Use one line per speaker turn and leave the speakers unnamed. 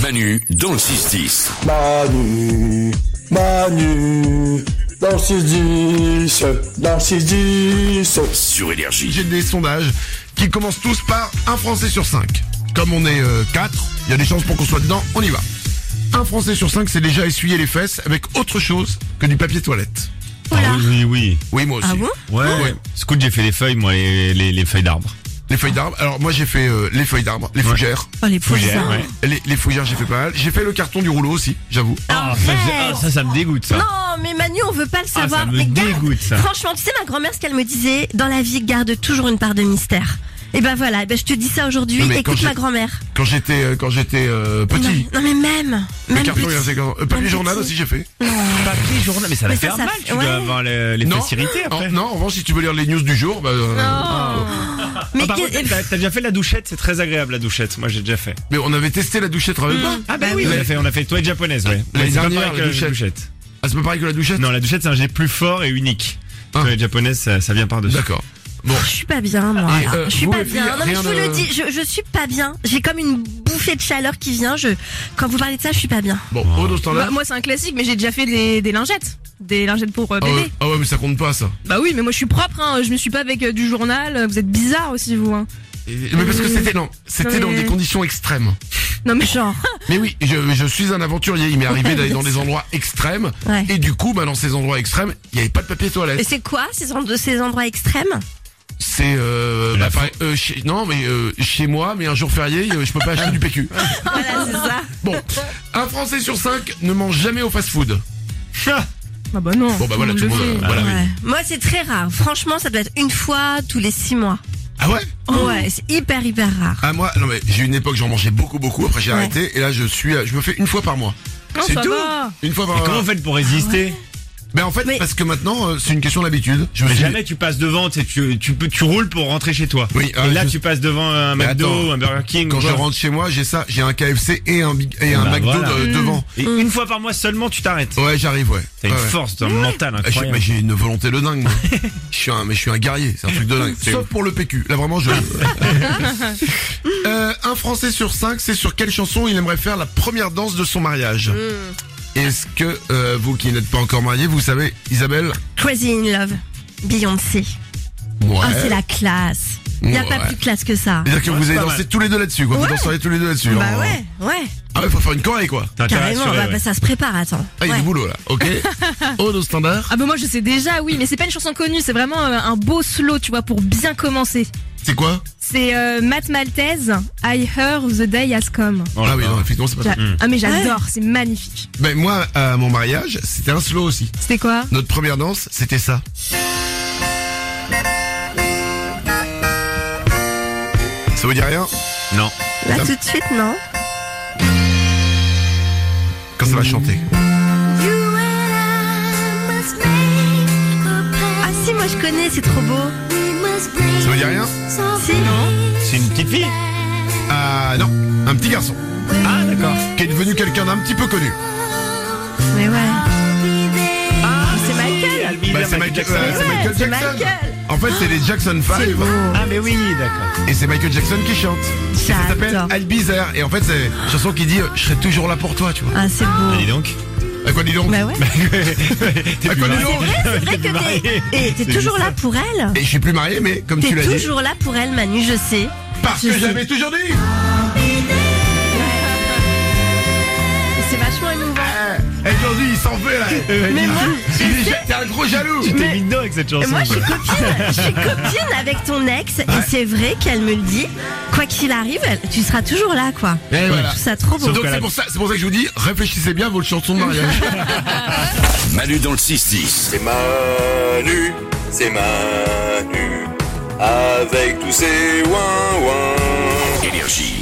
Manu dans le 6-10.
Manu, Manu, dans le 6-10, dans le 6-10.
Sur Énergie.
J'ai des sondages qui commencent tous par un Français sur cinq. Comme on est 4, il y a des chances pour qu'on soit dedans, on y va. Un Français sur cinq s'est déjà essuyé les fesses avec autre chose que du papier toilette.
Ah oui, oui,
Oui, moi aussi.
Ah bon
oui. Ouais.
Ouais.
Scout, j'ai fait les feuilles, moi, les, les, les feuilles d'arbre.
Les feuilles d'arbre. Alors moi j'ai fait euh, les feuilles d'arbre, les fougères.
Oh, les poules,
Fougères,
ça.
ouais.
Les, les fougères j'ai fait pas mal. J'ai fait le carton du rouleau aussi, j'avoue.
Ah, ça,
Arrête.
ah, ça, ça me dégoûte, ça.
Non, mais Manu, on veut pas
Ah,
le
ça
savoir.
me
mais garde-
dégoûte, ça.
Franchement, tu sais, ma grand-mère, ce qu'elle me disait, dans la vie, garde toujours une part de mystère. Et ben voilà, eh ben je te dis ça aujourd'hui,
Non, mais quand
écoute
j'ai-
ma grand-mère.
Quand j'étais euh, quand j'étais euh, petit.
Non, non, mais même,
Le
même
carton
petit.
il restait comme- euh, papier
Même
journal
petit.
aussi j'ai fait.
Papier, journal, mais ça va
Mais ça,
faire
ça
mal.
fait-
Tu
ouais.
dois avoir les, les fesses irritées
En-
après.
non, en revanche si tu veux lire les news du jour, bah, euh,
Oh. Mais
Ah, par
que- eh,
contre, t'as t'as déjà fait la douchette, c'est très agréable la douchette. Moi j'ai déjà fait.
mais on avait testé la douchette avec toi.
Mm.
Ah bah oui, on a fait, on a fait toilette japonaise, ouais. Mais c'est pas
dernière,
pareil que
la
la
douchette.
douchette.
Ah, c'est pas pareil que la douchette
Non, la douchette c'est un jet plus fort et unique.
Ah.
Toilette japonaise, ça, ça vient par-dessus.
D'accord. Bon,
Je suis pas bien, moi.
Et,
là.
euh,
je suis
vous,
pas
les filles,
bien. Non, mais je
rien
vous le
de-
dis, je, je suis pas bien. J'ai comme une bouffée de chaleur qui vient. Je, quand vous parlez de ça, je suis pas bien.
bon, oh, dans ce temps-là.
Bah, moi, c'est un classique, mais j'ai déjà fait des, des lingettes. Des lingettes pour euh,
Ah
bébé.
ouais, ah ouais, mais ça compte pas ça.
Bah oui, mais moi, je suis propre, hein. Je me suis pas avec euh, du journal. Euh, Vous êtes bizarre aussi, vous, hein.
Et- Mais parce que c'était non, c'était dans
mais-
des conditions extrêmes.
Non, mais genre.
Mais oui, je, je suis un aventurier. Il m'est arrivé d'aller dans des endroits extrêmes.
Ouais.
Et du coup, bah, dans ces endroits extrêmes, il n'y avait pas de papier
Et
toilette.
c'est quoi ces, en- ces endroits extrêmes
C'est euh,
La
bah, pareil, euh, chez- non, mais euh, chez moi, mais un jour férié, euh, je peux pas acheter du PQ.
Voilà, c'est ça.
Bon, un Français sur cinq ne mange jamais au fast-food.
Ah,
Ah bah non.
Bon bah voilà, tout le monde.
fait.
euh, voilà.
Ouais. Moi, c'est très rare. Franchement, ça doit être une fois tous les six mois.
Ah ouais
Ouais, c'est hyper, hyper rare.
Ah moi, non mais j'ai eu une époque, j'en mangeais beaucoup, beaucoup. Après j'ai
Ouais.
arrêté et là je suis, à- je me fais une fois par mois.
Non,
C'est
ça
tout.
va.
Une fois par
Mais
mois.
comment vous faites pour résister
Ben en fait,
Mais-
parce que maintenant, euh, c'est une question d'habitude. Je me
Mais
suis
Jamais tu passes devant, tu, sais, tu, tu, peux- tu roules pour rentrer chez toi.
Oui, ah,
et là
je-
tu passes devant un
Mais
McDo,
attends,
un Burger King.
quand
ou
je
quoi.
rentre chez moi, j'ai ça, j'ai un KFC et un Big, et un
Bah,
McDo
voilà.
de- devant.
Et une fois par mois seulement tu t'arrêtes.
Ouais, j'arrive, ouais.
T'as une
Mm. Ouais, ouais.
force t'as un mental
Ah, je-
incroyable.
mais j'ai une volonté de dingue. moi. je suis un, mais je suis un guerrier, c'est un truc de dingue. Sauf pour le PQ. Là vraiment, je. Euh, un Français sur cinq, c'est sur quelle chanson il aimerait faire la première danse de son mariage.
Mmh.
Est-ce que euh, vous qui n'êtes pas encore mariés, vous savez, Isabelle
Crazy in Love, Beyoncé.
Ouais.
Ah, c'est la classe. Y a pas
Ouais.
plus classe que ça.
C'est-à-dire que
Ouais,
vous
c'est
avez
pas
dansé
mal.
tous les deux là-dessus, quoi.
Ouais.
Vous danserez tous les deux là-dessus.
Bah
en-
ouais, ouais.
Ah ouais, faut faire une chorée, quoi.
T'as intérêt à
Carrément,
assurer,
bah,
ouais.
bah, ça se prépare, attends.
Ah, il y a
Ouais.
du boulot, là. Ok. Aude au standard.
Ah bah moi je sais déjà oui mais c'est pas une chanson connue c'est vraiment euh, un beau slow tu vois pour bien commencer.
C'est quoi
C'est euh, Matt Maltese I Heard the Day Has Come.
Oh là
Ah oui,
là.
non, effectivement, c'est pas
J'a-
ça.
Mm.
Ah mais j'adore c'est magnifique.
Ben, moi, à mon mariage, c'était un slow aussi.
C'était quoi
Notre première danse, c'était ça. Ça vous dit rien
Non.
Là, tout de suite, non
Quand ça va chanter.
Ah si, moi je connais, c'est trop beau.
Ça vous dit rien
Si, non
C'est une petite fille
Ah non, un petit garçon
Ah d'accord.
qui est devenu quelqu'un d'un petit peu connu.
Mais ouais.
Ah c'est Michael
Bah, c'est Michael,
Jackson.
ouais, c'est Michael
c'est
Jackson.
Michael.
En fait, c'est les Jackson 5
Ah mais oui, d'accord.
et c'est Michael Jackson qui chante. Et ça s'appelle
J'adore.
I'll Be There. Et en fait, c'est une chanson qui dit euh, Je serai toujours là pour toi, tu vois.
Ah, c'est
Bah,
beau.
dis donc.
À quoi dis donc
Bah ouais.
T'es
Ah,
plus
quoi, dis
marié.
donc
C'est vrai
T'es
que
marié.
t'es... Et t'es
C'est
toujours
juste
là pour elle
Et Eh, je suis plus marié, mais comme tu
T'es
l'as dit,
toujours là pour elle, Manu, je sais.
parce que j'avais toujours dit
C'est vachement émouvant.
Eh, Et aujourd'hui, il s'en fait là
Mais moi,
Il est ja- T'es un gros jaloux
tu t'es mis dedans avec cette
Et
chanson.
moi, je suis
quoi.
copine, je suis copine avec ton ex, et c'est vrai qu'elle me le dit. Quoi qu'il arrive, elle- tu seras toujours là, quoi.
Et
Je
voilà.
trouve ça trop beau.
Sauf
Donc
qu'à
c'est
la-
pour ça, c'est pour ça que je vous dis, réfléchissez bien à votre chanson de mariage.
Manu dans le 6-10.
C'est Manu, c'est Manu, avec tous ses ouin ouin.
Énergie.